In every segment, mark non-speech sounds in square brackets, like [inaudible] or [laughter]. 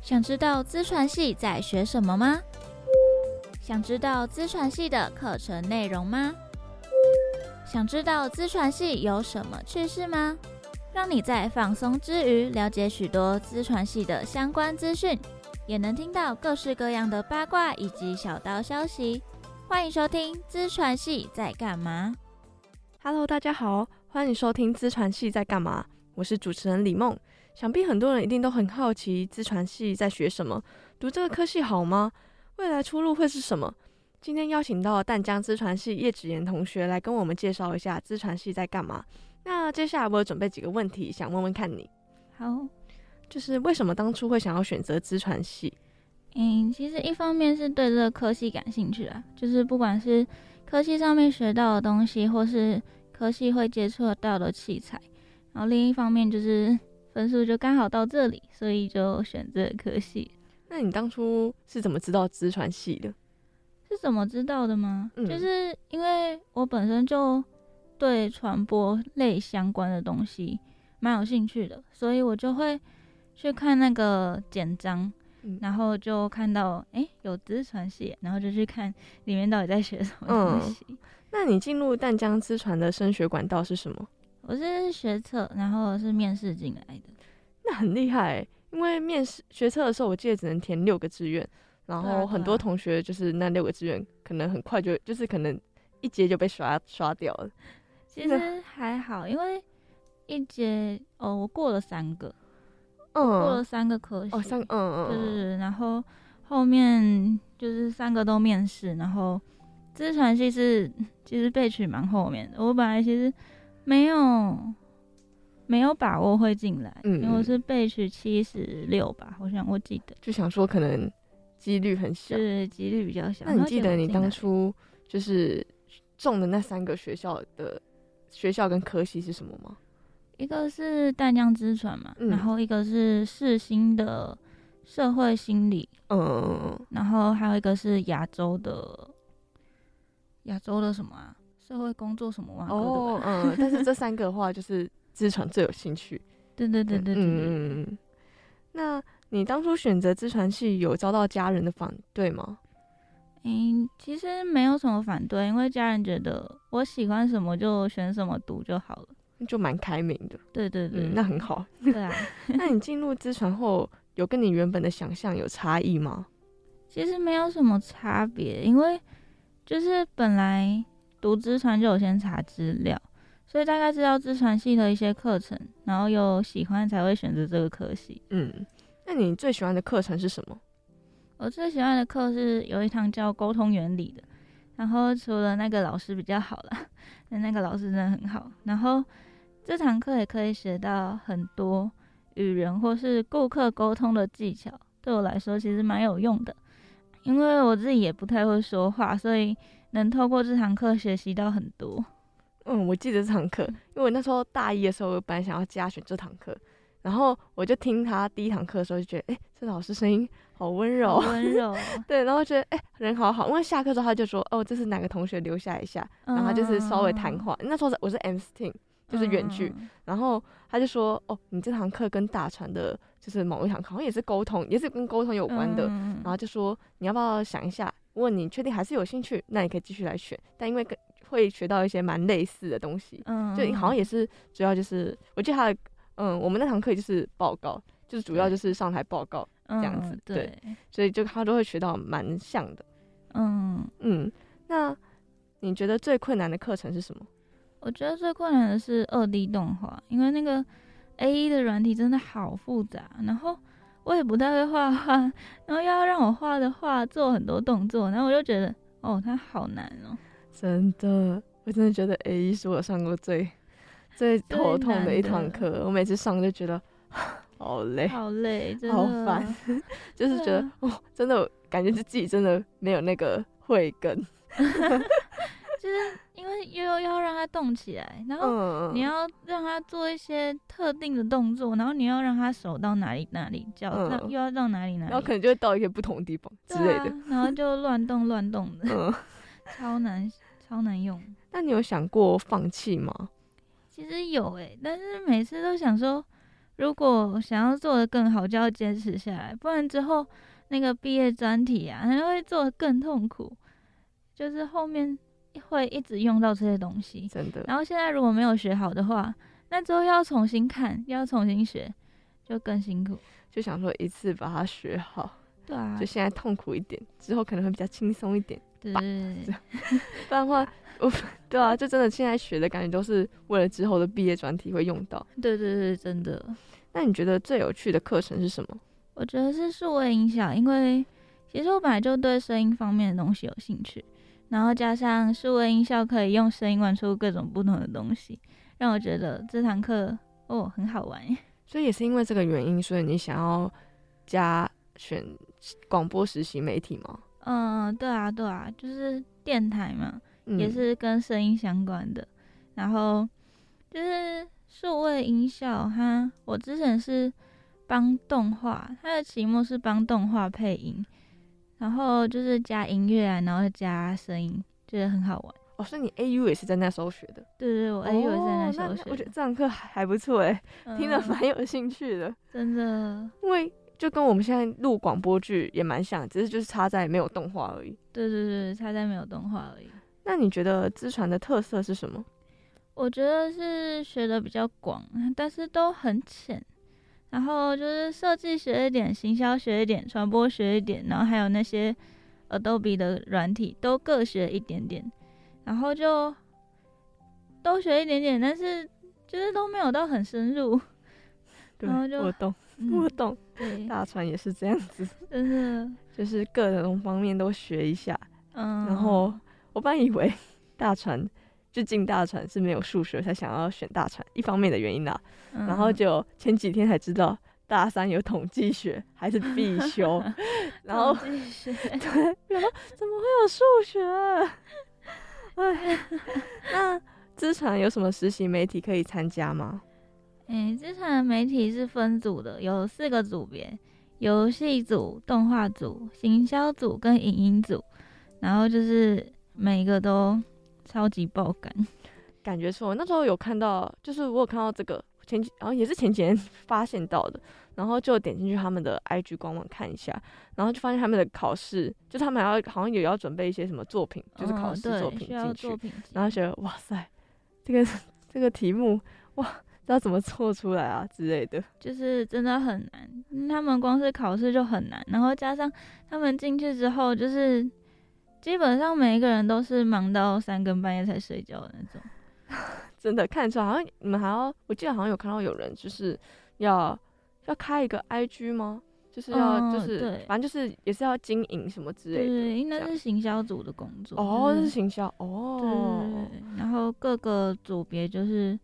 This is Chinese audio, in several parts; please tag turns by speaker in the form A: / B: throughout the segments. A: 想知道资传系在学什么吗？想知道资传系的课程内容吗？想知道资传系有什么趣事吗？让你在放松之余了解许多资传系的相关资讯，也能听到各式各样的八卦以及小道消息。欢迎收听《资传系在干嘛》。
B: Hello，大家好，欢迎收听资传系在干嘛，我是主持人李梦。想必很多人一定都很好奇资传系在学什么，读这个科系好吗？未来出路会是什么？今天邀请到淡江资传系叶芷妍同学来跟我们介绍一下资传系在干嘛。那接下来我有准备几个问题，想问问看你，
A: 好，
B: 就是为什么当初会想要选择资传系？
A: 嗯，其实一方面是对这个科系感兴趣啊，就是不管是科系上面学到的东西，或是科系会接触到的器材，然后另一方面就是分数就刚好到这里，所以就选这个科系。
B: 那你当初是怎么知道资传系的？
A: 是怎么知道的吗？
B: 嗯
A: 就是因为我本身就对传播类相关的东西蛮有兴趣的，所以我就会去看那个简章，
B: 嗯
A: 然后就看到诶有资传系，然后就去看里面到底在学什么
B: 嗯
A: 东西。
B: 那你进入淡江资传的升学管道是什么？
A: 我是学测，然后是面试进来的。
B: 那很厉害欸，因为面试学测的时候，我记得只能填六个志愿，然
A: 对啊
B: 后很多
A: 对啊
B: 同学就是那六个志愿可能很快就就是可能一节就被刷刷掉了。
A: 其实还好，因为一节哦，我过了三个，过了
B: 嗯，
A: 三个科系，
B: 哦，三嗯嗯，
A: 对对
B: 嗯
A: 对，然后后面就是三个都面试，然后资传系是其实被取蛮后面的，我本来其实没有没有把握会进来，
B: 嗯
A: 因为我是被取七十六吧，好像我记得
B: 就想说可能几率很小
A: 就。是几率比较小。
B: 那
A: 然
B: 你
A: 后
B: 记
A: 结果
B: 得你
A: 进来
B: 当初就是中的那三个学校的学校跟科系是什么吗？
A: 一个是淡江之船嘛，
B: 嗯
A: 然后一个是世新的社会心理，
B: 嗯嗯嗯，嗯
A: 然后还有一个是亚洲的亚洲的什么啊？社会工作什么哇？
B: 嗯哦，嗯，但是这三个的话就是资传最有兴趣。
A: 对对对对对对对
B: 嗯嗯嗯嗯。那你当初选择资传系有遭到家人的反对吗？
A: 嗯，其实没有什么反对，因为家人觉得我喜欢什么就选什么读就好了。
B: 就蛮开明的，
A: 对对对，
B: 嗯，那
A: [laughs]
B: 很好。
A: 对啊。
B: 那你进入资传后，有跟你原本的想象有差异吗？
A: 其实没有什么差别，因为就是本来读资传就有先查资料，所以大概知道资传系的一些课程，然后有喜欢才会选择这个科系。
B: 嗯，那你最喜欢的课程是什么？
A: 我最喜欢的课是有一堂叫沟通原理的，然后除了那个老师比较好啦，那个老师真的很好，然后这堂课也可以学到很多与人或是顾客沟通的技巧，对我来说其实蛮有用的，因为我自己也不太会说话，所以能透过这堂课学习到很多。
B: 嗯，我记得这堂课，因为我那时候大一的时候，我本来想要加选这堂课，然后我就听他第一堂课的时候就觉得，哎、这老师声音好温柔，
A: 好温柔，
B: 对，然后觉得哎、人好好，因为下课之后他就说，哦，这是哪个同学留下一下， [laughs] 然后他就是稍微谈话。那时候我是 M s t e a m 就是远距，
A: 嗯，
B: 然后他就说，哦，你这堂课跟大船的，就是某一堂课好像也是沟通，也是跟沟通有
A: 有
B: 关的。
A: 然
B: 然后就说你要不要想一下？如果你确定还是有兴趣，那你可以继续来选。但因为跟会学到一些蛮类似的东西，
A: 嗯
B: 就好像也是主要就是，我记得他的，嗯，我们那堂课就是报告，就是主要就是上台报告，
A: 这
B: 样子对
A: 嗯对，
B: 所以就他都会学到蛮像的。
A: 嗯。
B: 嗯，那你觉得最困难的课程是什么？
A: 我觉得最困难的是二 D 动画，因为那个 A E 的软体真的好复杂，然后我也不太会画画，然后要让我画的画做很多动作，然后我就觉得哦，它好难哦，
B: 真的，我真的觉得 A 一是我上过最
A: [laughs]
B: 最头痛的一堂课。我每次上就觉得 [sighs] 好累，
A: 好啊累，真的
B: 哎好烦，就是觉得、哦，真的感觉是自己真的没有那个慧根。
A: 就是因为又要让它动起来，然后
B: 嗯，
A: 你要让它做一些特定的动作，然后你要让它手到哪里哪里，脚
B: 嗯
A: 到、又要到哪里哪里，
B: 然后可能就会到一个不同的地方之
A: 对
B: 类
A: 啊
B: 的。
A: 然后就乱动乱动的，
B: 嗯，
A: 超难超难用。
B: 那你有想过放弃吗？
A: 欸其实有诶、但是每次都想说，如果想要做的更好，就要坚持下来，不然之后那个毕业专题啊，还会做的更痛苦，就是后面会一直用到这些东西。
B: 真的。
A: 然后现在如果没有学好的话，那之后又要重新看，又要重新学，就更辛苦。
B: 就想说一次把它学好，
A: 对啊
B: 就，现在痛苦一点，之后可能会比较轻
A: [laughs]
B: 松一点。
A: 就是
B: 不然的话，我 [laughs] 对啊，就真的现在学的感觉都是为了之后的毕业专题会用到。
A: 对对对，真的。
B: 那你觉得最有趣的课程是什么？
A: 我觉得是受我影响，因为其实我本来就对声音方面的东西有兴趣，然后加上数位音效可以用声音玩出各种不同的东西，让我觉得这堂课哦很好玩耶。 [laughs]
B: 所以也是因为这个原因，所以你想要加选广播实习媒体吗？
A: 嗯，对啊对啊，就是电台嘛，
B: 嗯
A: 也是跟声音相关的，然后就是数位音效哈，我之前是帮动画，它的题目是帮动画配音，然后就是加音乐啊，然后加声音，觉得很好玩。
B: 哦，所以你 AU 也是在那时候学的。
A: 对对，我 A 我在那时候
B: 哦、那我
A: 学
B: 觉得
A: 的，
B: 这堂课还还不错哎， [laughs] 听了
A: 嗯
B: 蛮有兴趣的，
A: 真的，
B: 因为就跟我们现在录广播剧也蛮像，只是就是差在没有动画而已。
A: 对对对，差在没有动画而已。
B: 那你觉得资传的特色是什么？
A: 我觉得是学的比较广，但是都很浅。然后就是设计学一点，行销学一点，传播学一点，然后还有那些 Adobe 的软体都各学一点点，然后就都学一点点，但是就是都没有到很深
B: [laughs]
A: 入。然后就
B: 我懂，
A: 嗯
B: 我，懂，
A: 对，
B: 大船也是这样子， [laughs]
A: 真的，
B: 就是各种方面都学一下。
A: 嗯，
B: 然后 [laughs] 我本来以为大船就进大船是没有数学才想要选大船，一方面的原因啦、
A: 嗯，
B: 然后就前几天才知道大三有统计学还是必
A: [laughs]
B: 修，然后
A: 统计学
B: 怎么会有数学？哎，那资传有什么实习媒体可以参加吗？
A: 嗯，资产的媒体是分组的，有四个组别：游戏组、动画组、行销组跟影音组。然后就是每一个都超级爆肝，
B: 感觉错，那时候有看到，就是我有看到这个前几，然、哦后也是前几天 [laughs] 发现到的，然后就点进去他们的 IG 官网看一下，然后就发现他们的考试，就他们还要好像也要准备一些什么作品， [laughs] 就是考
A: 嗯
B: 试
A: 对
B: 作品
A: 需要
B: 进去，
A: 作品集，
B: 然后觉得哇塞，这个这个题目哇，要怎么做出来啊之类的，
A: 就是真的很难。嗯他们光是考试就很难，然后加上他们进去之后，就是基本上每一个人都是忙到三更半夜才睡觉的那种。
B: 真的看得出来，好像你们还要，我记得好像有看到有人就是要要开一个 IG 吗？就是要，
A: 嗯
B: 就是、
A: 对
B: 反正就是也是要经营什么之类的，
A: 对，应
B: 这
A: 该
B: 样
A: 是行销组的工作。
B: 哦，
A: 就是
B: 行销
A: 对
B: 哦，
A: 然后各个组别就是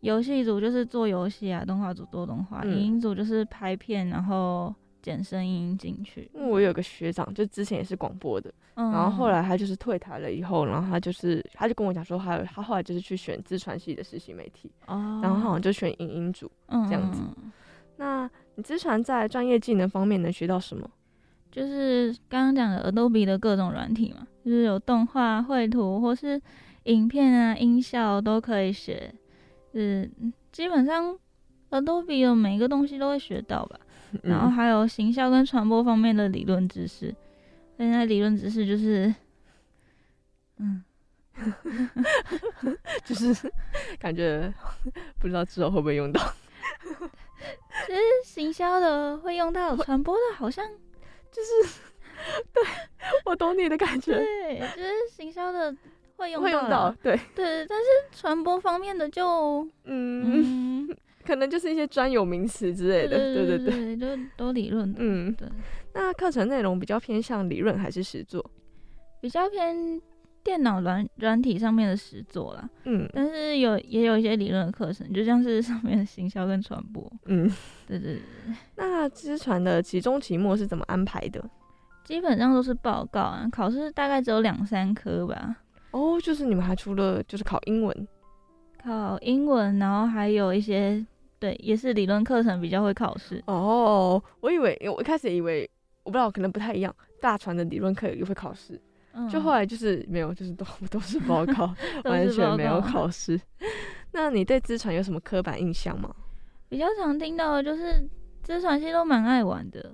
A: 游戏组就是做游戏啊，动画组做动画，
B: 嗯
A: 影音组就是拍片，然后剪声音进去。
B: 因为嗯我有个学长，就之前也是广播的，
A: 嗯
B: 然后后来他就是退台了以后，然后他就是他就跟我讲说他，他后来就是去选自传系的实习媒体，
A: 哦，
B: 然后好像就选影音组。这样子
A: 嗯，嗯嗯
B: 那你自传在专业技能方面能学到什么？
A: 就是刚刚讲的 Adobe 的各种软体嘛，就是有动画、绘图或是影片啊、音效都可以学，就是嗯基本上 Adobe 的每一个东西都会学到吧。然后
B: 嗯，
A: 还有行销跟传播方面的理论知识。现在理论知识就是，嗯，
B: 就是 [laughs] 感觉不知道之后会不会用到。
A: 行销的会用到，传播的好像
B: 我懂你的感觉，
A: 对，就是行销的会用
B: 会用到
A: 啦，
B: 对，
A: 对，但是传播方面的就，
B: 嗯，
A: 嗯，
B: 可能就是一些专有名词之类
A: 对
B: 的， [laughs] 对
A: 对
B: 对对，
A: 对，就都理论的，
B: 嗯，
A: 对，
B: 那课程内容比较偏向理论还是实作？
A: 比较偏电脑软软体上面的实作啦，
B: 嗯
A: 但是有也有一些理论的课程，就像是上面的行销跟传播，
B: 嗯。
A: 对对对。
B: 那资传的期中、期末是怎么安排的？
A: 基本上都是报告啊，考试大概只有两三科吧，
B: 哦，就是你们还除了就是考英文，
A: 考英文，然后还有一些对，也是理论课程比较会考试。
B: 哦，我以为我一开始以为我不知道，可能不太一样。大船的理论课也会考试，
A: 嗯
B: 就后来就是没有，就是都 [laughs] 都是报告，
A: 都
B: 完
A: 是报啊
B: 全没
A: 告
B: 有考试。那你对资传有什么刻板印象吗？
A: 比较常听到的就是资传系都蛮爱玩的，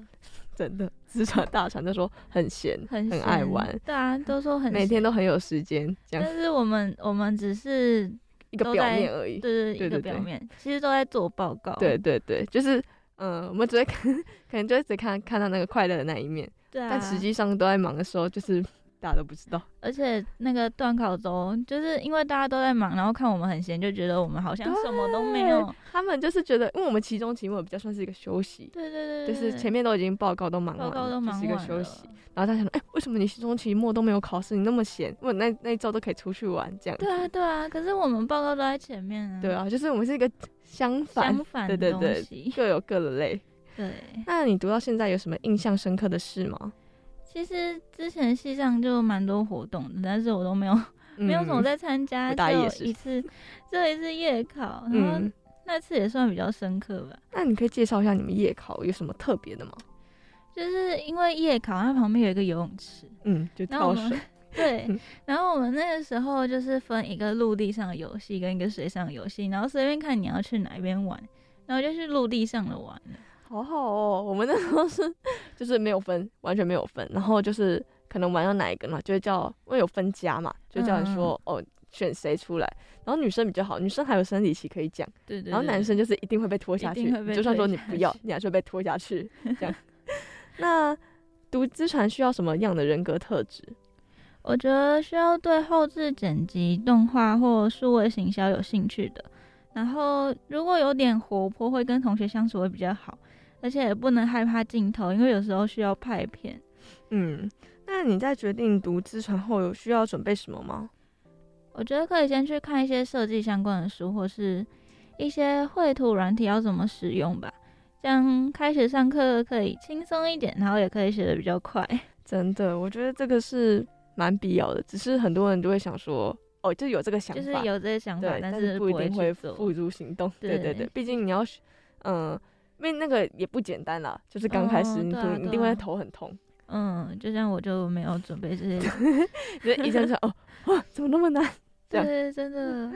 B: 真的，资传大传就说很闲，
A: 很
B: 很爱
A: 闲
B: 玩，
A: 对啊，都说很
B: 每
A: 闲。
B: 天都很有时间，这样
A: 但是我们我们只是
B: 一个
A: 都
B: 表
A: 在
B: 面而已。
A: 对对
B: 对
A: 一个
B: 对对
A: 表面，其实都在做报告。
B: 对对对，就是嗯、呃我们只会看， [laughs] 可能就只看看到那个快乐的那一面，
A: 对啊，
B: 但实际上都在忙的时候，就是 [laughs] 大家都不知道。
A: 而且那个段考周，就是因为大家都在忙，然后看我们很闲，就觉得我们好像什么都没有。
B: 他们就是觉得，因为我们期中、期末比较算是一个休息，
A: 对对对
B: 就
A: 对，
B: 是前
A: 面
B: 面都已经报告都忙完
A: 报
B: 了，
A: 告都忙
B: 就是一个
A: 完
B: 休
A: 了
B: 息。然后他想说，哎、为什么你期中、期末都没有考试？你那么闲，我那那一周都可以出去玩这样子。
A: 对啊对啊，可是我们报告都在前面啊。
B: 对，啊，就是我们是一个相反，
A: 相反
B: 对
A: 的
B: 对
A: 东
B: 对
A: 西。 [laughs]
B: 各有各的累。
A: 对，
B: 那你读到现在有什么印象深刻的事吗？
A: 其实之前系上就蛮多活动的，但是我都没有、没有什么
B: 嗯
A: 在参加，
B: 我大一也
A: 就是一次，这一次夜考，然后
B: 嗯，
A: 那次也算比较深刻吧。
B: 那你可以介绍一下你们夜考有什么特别的吗？
A: 就是因为夜考，它旁边有一个游泳池，
B: 嗯，就
A: 然后我
B: 跳
A: 们
B: 水。嗯
A: 对，然后我们那个时候就是分一个陆地上的游戏跟一个水上的游戏，然后随便看你要去哪一边玩，然后就去陆地上的玩了。
B: 好好哦，我们那时候是就是没有分，完全没有分，然后就是可能玩到哪一个呢，就会叫，因为有分家嘛，就叫你说、哦选谁出来，然后女生比较好，女生还有生理期可以讲，
A: 对对对
B: 然后男生就是一定会被拖下
A: 一
B: 去
A: 定会，被
B: 就算说
A: 推
B: 你
A: 下
B: 不要
A: 去，
B: 你还是会被拖下去，这样。 [laughs] 那读资传需要什么样的人格特质？
A: 我觉得需要对后置剪辑、动画或数位行销有兴趣的，然后如果有点活泼，会跟同学相处会比较好，而且也不能害怕镜头，因为有时候需要拍片。
B: 嗯，那你在决定读资传后有需要准备什么吗？
A: 我觉得可以先去看一些设计相关的书，或是一些绘图软体要怎么使用吧。这样开始上课可以轻松一点，然后也可以学得比较快。
B: 真的，我觉得这个是蛮必要的，只是很多人都会想说，哦，就有这个想法，
A: 就是有这些想法，
B: 对，
A: 但
B: 是
A: 不
B: 不一定
A: 会
B: 会
A: 去做。
B: 付诸行动。对对对
A: 对，
B: 毕竟你要学，嗯，因为那个也不简单啦，就是刚开
A: 哦
B: 始你读，
A: 对啊
B: 你
A: 对
B: 一定会
A: 啊
B: 头很痛，
A: 嗯，就像我就没有准备这些。
B: 你 [laughs] 就一 [laughs] 下想，哦，哇，怎么那么难？ [laughs] 这样
A: 对，真的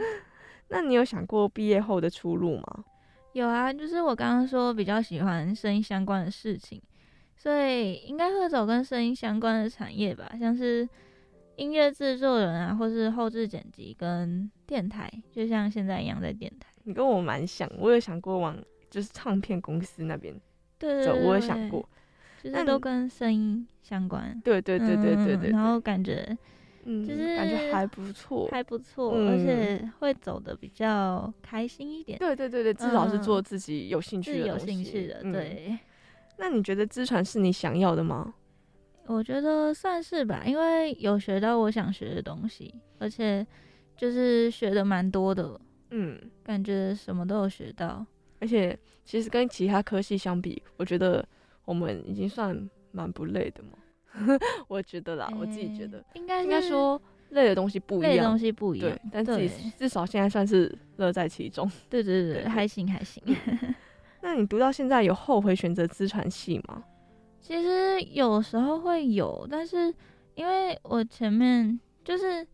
B: 那你有想过毕业后的出路吗？
A: 有啊。就是我刚刚说比较喜欢声音相关的事情，所以应该会走跟声音相关的产业吧，像是音乐制作人啊，或是后置剪辑跟电台，就像现在一样在电台。
B: 你跟我蛮像，我有想过往就是唱片公司那边
A: 对
B: 走，
A: 对对，
B: 我有
A: 对
B: 想，过。
A: 就
B: 那
A: 是都
B: 你
A: 跟声音相关。
B: 对对对对对
A: 嗯
B: 对，
A: 然后感觉
B: 嗯，
A: 就是
B: 感觉还不错。
A: 还不错，
B: 嗯
A: 而且会走的比较开心一点，
B: 对对对对，至少是
A: 嗯
B: 做自己有兴
A: 是
B: 趣的
A: 有
B: 东
A: 兴
B: 西
A: 趣的。
B: 嗯
A: 对，
B: 那你觉得资传是你想要的吗？
A: 我觉得算是吧，因为有学到我想学的东西，而且就是学的蛮多的，
B: 嗯，
A: 感觉什么都有学到。
B: 而且其实跟其他科系相比，我觉得我们已经算蛮不累的嘛。 [laughs] 我觉得啦，啊我自己觉得
A: 诶，应该
B: 应该
A: 嗯是
B: 说累的东西不一
A: 类的东
B: 样，
A: 西不一样
B: 对，，但自己
A: 对
B: 至少现在算是乐在其
A: [laughs]
B: 中。
A: 对对对
B: 对
A: 对，
B: 对
A: 还行还行。
B: 那你读到现在有后悔选择资传系吗？
A: 其实有时候会有，但是因为我前面就是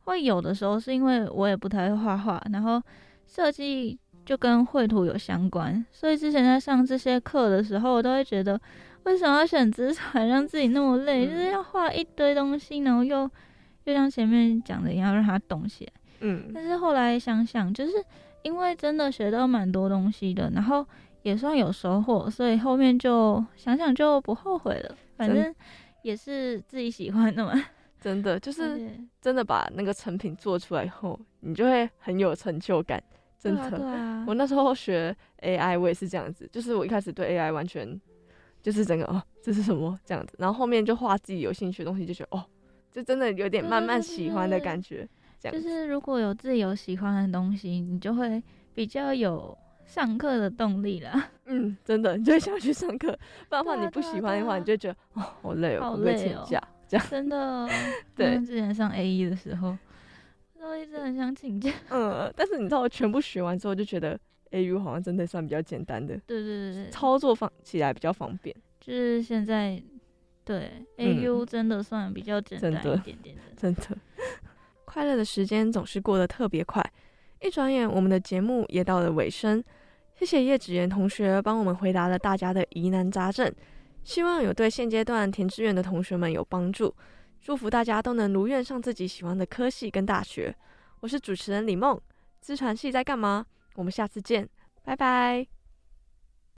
A: 会有的时候，是因为我也不太会画画，然后设计就跟绘图有相关，所以之前在上这些课的时候，我都会觉得为什么要选资产 [laughs] 让自己那么累，
B: 嗯
A: 就是要画一堆东西，然后又又像前面讲的一样让它动起来。
B: 嗯
A: 但是后来想想，就是因为真的学到蛮多东西的，然后也算有收获，所以后面就想想就不后悔了。反
B: 真
A: 正也是自己喜欢
B: [laughs]
A: 的嘛，
B: 真的就是
A: 对
B: 真的把那个成品做出来后，你就会很有成就感，真
A: 对
B: 的。
A: 啊对啊
B: 我，那时候学 AI，我也是这样子，就是我一开始对 AI 完全就是整个哦，这是什么这样子，然后后面就画自己有兴趣的东西，就觉得哦，就真的有点
A: 对
B: 慢
A: 对
B: 慢
A: 对
B: 喜
A: 对
B: 欢的
A: 对
B: 感觉，这样
A: 就
B: 子。
A: 是如果有自己有喜欢的东西，你就会比较有上课的动力
B: [laughs]
A: 啦。
B: 嗯，真的，你就会想去上课，不然的话
A: 对啊
B: 你不
A: 对啊
B: 喜欢的话，
A: 对啊
B: 你就会觉得哦，好累哦，
A: 好
B: 我会
A: 累
B: 请
A: 哦
B: 假。
A: 真
B: [laughs]
A: 的，
B: 对
A: 像之前上 A 一的时候，都一直很想请假。 [laughs]
B: 嗯，但是你知道，我全部学完之后，就觉得 AU 好像真的算比较简单的，
A: 对对对对，
B: 操作方起来比较方便，
A: 就是现在，对、
B: 嗯
A: A U 真的算比较简单
B: 真
A: 一
B: 的
A: 点点的。
B: 真的。快乐的时间总是过得特别快，一转眼我们的节目也到了尾声。谢谢谢叶芷妍同学帮我们回答了大家的疑难杂症，希望有对现阶段填志愿的同学们有帮助。祝福大家都能如愿上自己喜欢的科系跟大学。我是主持人李梦，资传系在干嘛？我们下次见，拜拜。